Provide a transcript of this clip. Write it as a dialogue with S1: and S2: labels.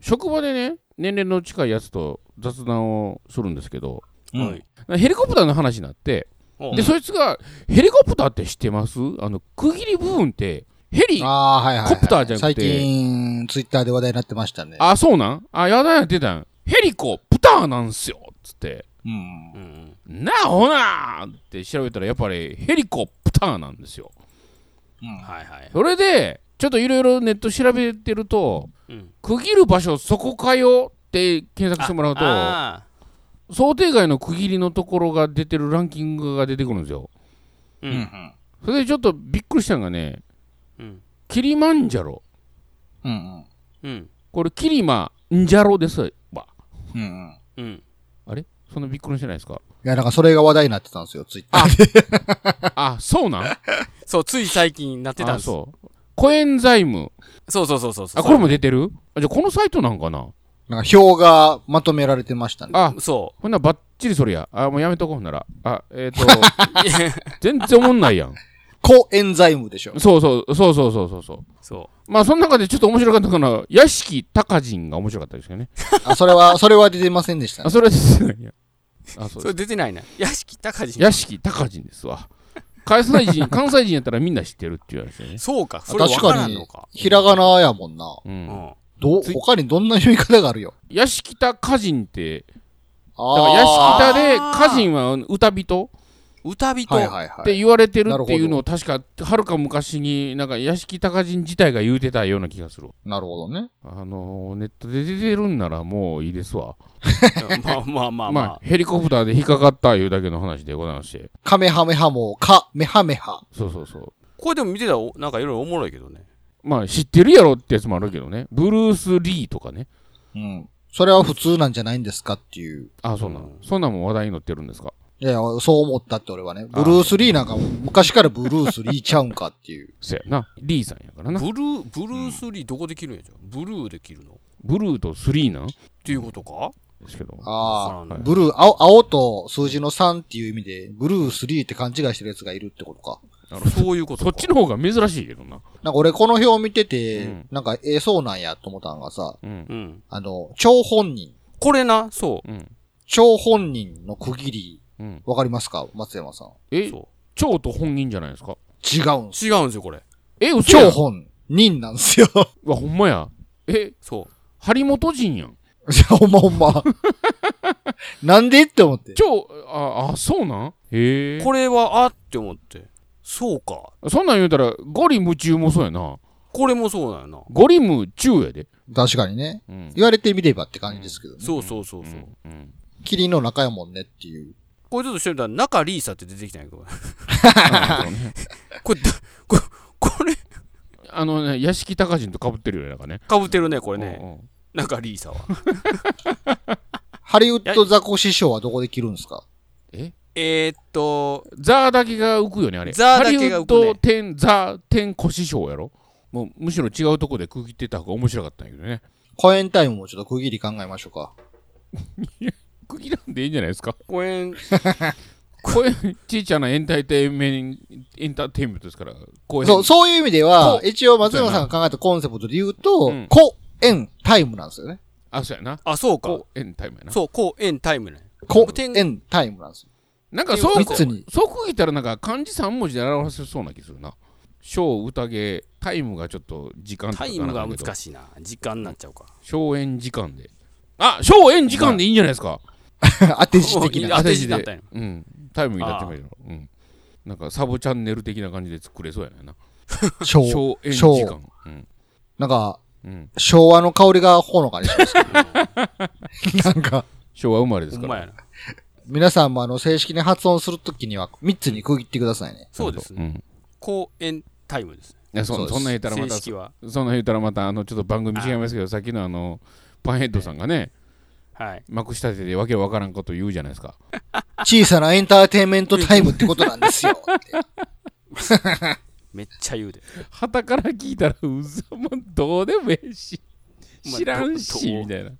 S1: 職場でね、年齢の近いやつと雑談をするんですけど、
S2: うん
S3: はい
S1: ヘリコプターの話になって、
S3: お
S1: で、そいつが、ヘリコプターって知ってますあの、区切り部分って、ヘリ、あ
S2: ああ、はいはいはい。
S1: コプターじゃな
S2: 最
S1: くて
S2: 近、ツイッターで話題になってましたね。
S1: そうなんあ、やだやってたん。ヘリコプターなんすよつって、
S2: うん
S3: う。ん
S1: なあほなーって調べたら、やっぱりヘリコプターなんですよ。
S2: うん
S3: はいはい
S1: それで、ちょっといろいろネット調べてると、
S3: うん
S1: 区切る場所そこかよって検索してもらうと、
S3: あ
S1: 想定外の区切りのところが出てるランキングが出てくるんですよ。
S3: ーう
S2: うんん。
S1: それでちょっとびっくりしたのがね、
S3: うん
S1: キリマンジャロ。
S2: うん。
S3: うん
S1: これ、キリマンジャロですわ。
S2: うん。うん。
S3: うん
S1: そんなびっくりしてない ですか
S2: いや、なんかそれが話題になってたんですよ、ツイッター。
S1: あ、そうなん
S3: そうつい最近なってたん
S1: あ、
S3: ですそう
S1: そう。コエンザイム。
S3: そうそうそうそう
S1: あ、これも出てるあじゃあこのサイトなんかな
S2: なんか表がまとめられてましたね。
S1: あ、
S3: そ
S1: ほんならばっちりそれや。あ、もうやめとこうほんなら。あ、え っ、と、全然おもんないやん。
S2: コエンザイムでしょ。
S1: そうそう、そうそうそうそうそう。
S3: うそ
S1: まあ、その中でちょっと面白かったのは、屋敷隆人が面白かったですよね。
S2: あ、それは、それは出てませんでした
S1: あ、
S2: ね。
S1: それは実際にあ、そうう
S3: そ
S1: で
S3: れ出てないな屋敷隆
S1: す。
S3: 人
S1: 屋敷隆人ですわ。関西 人、関西人やったらみんな知ってるっていう話だよね。
S3: そうかそれ分
S2: 確
S3: から
S2: か
S3: ん
S2: に
S3: のか
S2: ひらがなやもんな。
S1: う。
S3: うんん
S2: どう、
S1: ツイ
S2: 他にどんな読み方があるよ。
S1: 屋敷隆人って、だから
S2: あ
S1: 屋敷
S2: あ。
S1: 田で、歌人は歌人
S3: 歌人
S2: はいはいは
S1: って
S2: い。
S1: 言われてるっていうのを確か、はるか昔に、なんか屋敷隆人自体が言うてたような気がする。
S2: なるほどね。
S1: あのー、ネットで出てるんならもういいですわ。
S3: まあまあまあま
S1: まあ、ヘリコプターで引っかかったいうだけの話でございまして。
S2: カメハメハも、カメハメハ。
S1: そうそうそう。
S3: あこれでも見てたらおなんかいろいろおもろいけどね
S1: まあ知ってるやろってやつもあるけどね。ブルース・リーとかね。
S2: うん。それは普通なんじゃないんですかっていう。
S1: あ、そうな
S3: う
S1: の
S3: ん。
S1: そんなんも話題に載ってるんですか。
S2: いやいや、そう思ったって俺はね。ブルース・リーなんかも昔からブルース・リーちゃうんかって いう。
S1: せやな。リーさんやから
S3: ブ
S1: な。
S3: ルーブルース・リーどこで切るんやじゃんブルーで切るのっ
S1: ブルーとスリーなんで
S3: ていうことか
S1: すけど。
S2: あ
S3: そう
S2: あ、
S3: なんだ
S2: ブルー、青、青と数字の3っていう意味で、ブルース・リーって勘違いしてるやつがいるってことか。
S3: そういうこと
S1: そ
S3: か
S1: っちの方が珍しいけどな。
S2: なんか俺この表を見てて、
S1: うん
S2: なんかええそうなんやと思ったのがさ、
S1: うん。
S3: うん
S2: あの、張本人。
S3: これなそ
S1: うん。
S2: 張本人の区切り、
S1: うん。
S2: わかりますか松山さん。
S3: う
S1: え、
S3: そ
S1: 蝶と本人じゃないですか。
S2: 違うん
S3: う違うんですよこれ
S1: え、嘘や
S2: 張
S1: ん。
S2: 本人なんですよ。
S1: うわ、ほんまや。え、
S3: そう
S1: 張本人や
S2: い
S1: ん。
S2: や、ほんまほん ま。なんでって思って。
S1: 蝶、あ、あ、そうなんへえ。
S3: これはあって思ってそうか
S1: そんなん言うたら、ゴリム中もそうやな。
S3: これもそうなんやな
S1: ゴリム中やで。
S2: 確かにね。
S1: うん。
S2: 言われてみればって感じですけどね。
S3: そうそうそうそう、
S1: うんうん。
S2: 霧の中やもんねっていう。
S3: これちょっと調べたら中リーサって出てきたんやけど
S1: なるほどね
S3: これだここれ
S1: あのね、屋敷隆人と被ってるよね、なんかね。
S3: かぶってるねこれ
S1: うん
S3: ね
S1: うん
S3: 中リーサは
S2: ハリウッドザコシショウはどこで切るんですか
S3: えー、っと
S1: ザーだけが浮くよね、あれ。
S3: ザーだけが浮くね
S1: ハリウッド天、ザー、天、コシショウやろもうむしろ違うとこで区切ってた方が面白かったんやけどね。
S2: コエンタイムもちょっと区切り考えましょうか。
S1: 区切らんでいいんじゃないですか。
S3: 公園
S1: これ、ちいちゃなエンターテイメンエンターテインメントですから、こう
S2: そう、そういう意味では、一応松山
S1: そう
S2: さ
S1: や
S2: んが考えたコンセプトで言うと、
S1: うん
S2: コエンタイムなんですよね。
S1: あ、そうやな。
S3: あそうか
S1: こう、エンタイムやな。
S3: そう公園タイムね
S2: コ
S3: てん
S2: エンタイムなんですよ。
S1: なんかそう、
S2: 三
S1: こ
S2: つに。
S1: そう区切ったらなんか漢字3文字で表せそうな気するな。小、宴、タイムがちょっと時間
S3: タイムが難
S1: い。
S3: しいな時間になっちゃうか
S1: 荘園時間で。あ、荘園時間でいいんじゃないですか。
S2: 当て字的な。
S3: 当て字だったんや
S1: うん。タイムになってもいいの。うん。なんかサブチャンネル的な感じで作れそうやな。
S2: 昭
S1: 小演時間。うん。
S2: なんか、
S1: うん。
S2: 昭和の香りがほのかにしますけ どなんか、
S1: 昭和生まれですか
S3: ほんま
S1: ら。
S3: やな
S2: 皆さんもあの、正式に発音するときには、3つに区切ってくださいね。
S3: そうですね
S1: ね。
S3: 公園タイムですね
S1: いや、そ
S2: そうです
S1: そんなん言ったらま
S3: 正
S1: た、
S3: 式は
S1: そんなん言ったらまた、あの、ちょっと番組違いますけど、さっきのあの、パンヘッドさんがね、
S3: はい
S1: まくしたてでわけわからんこと言うじゃないですか。
S2: 小さなエンターテインメントタイムってことなんですよ。
S3: めっちゃ言うで
S1: はたから聞いたら、うざもんどうでもええし、
S3: まあ
S1: 知らん
S3: ど
S1: し、
S3: どう
S1: みたいな。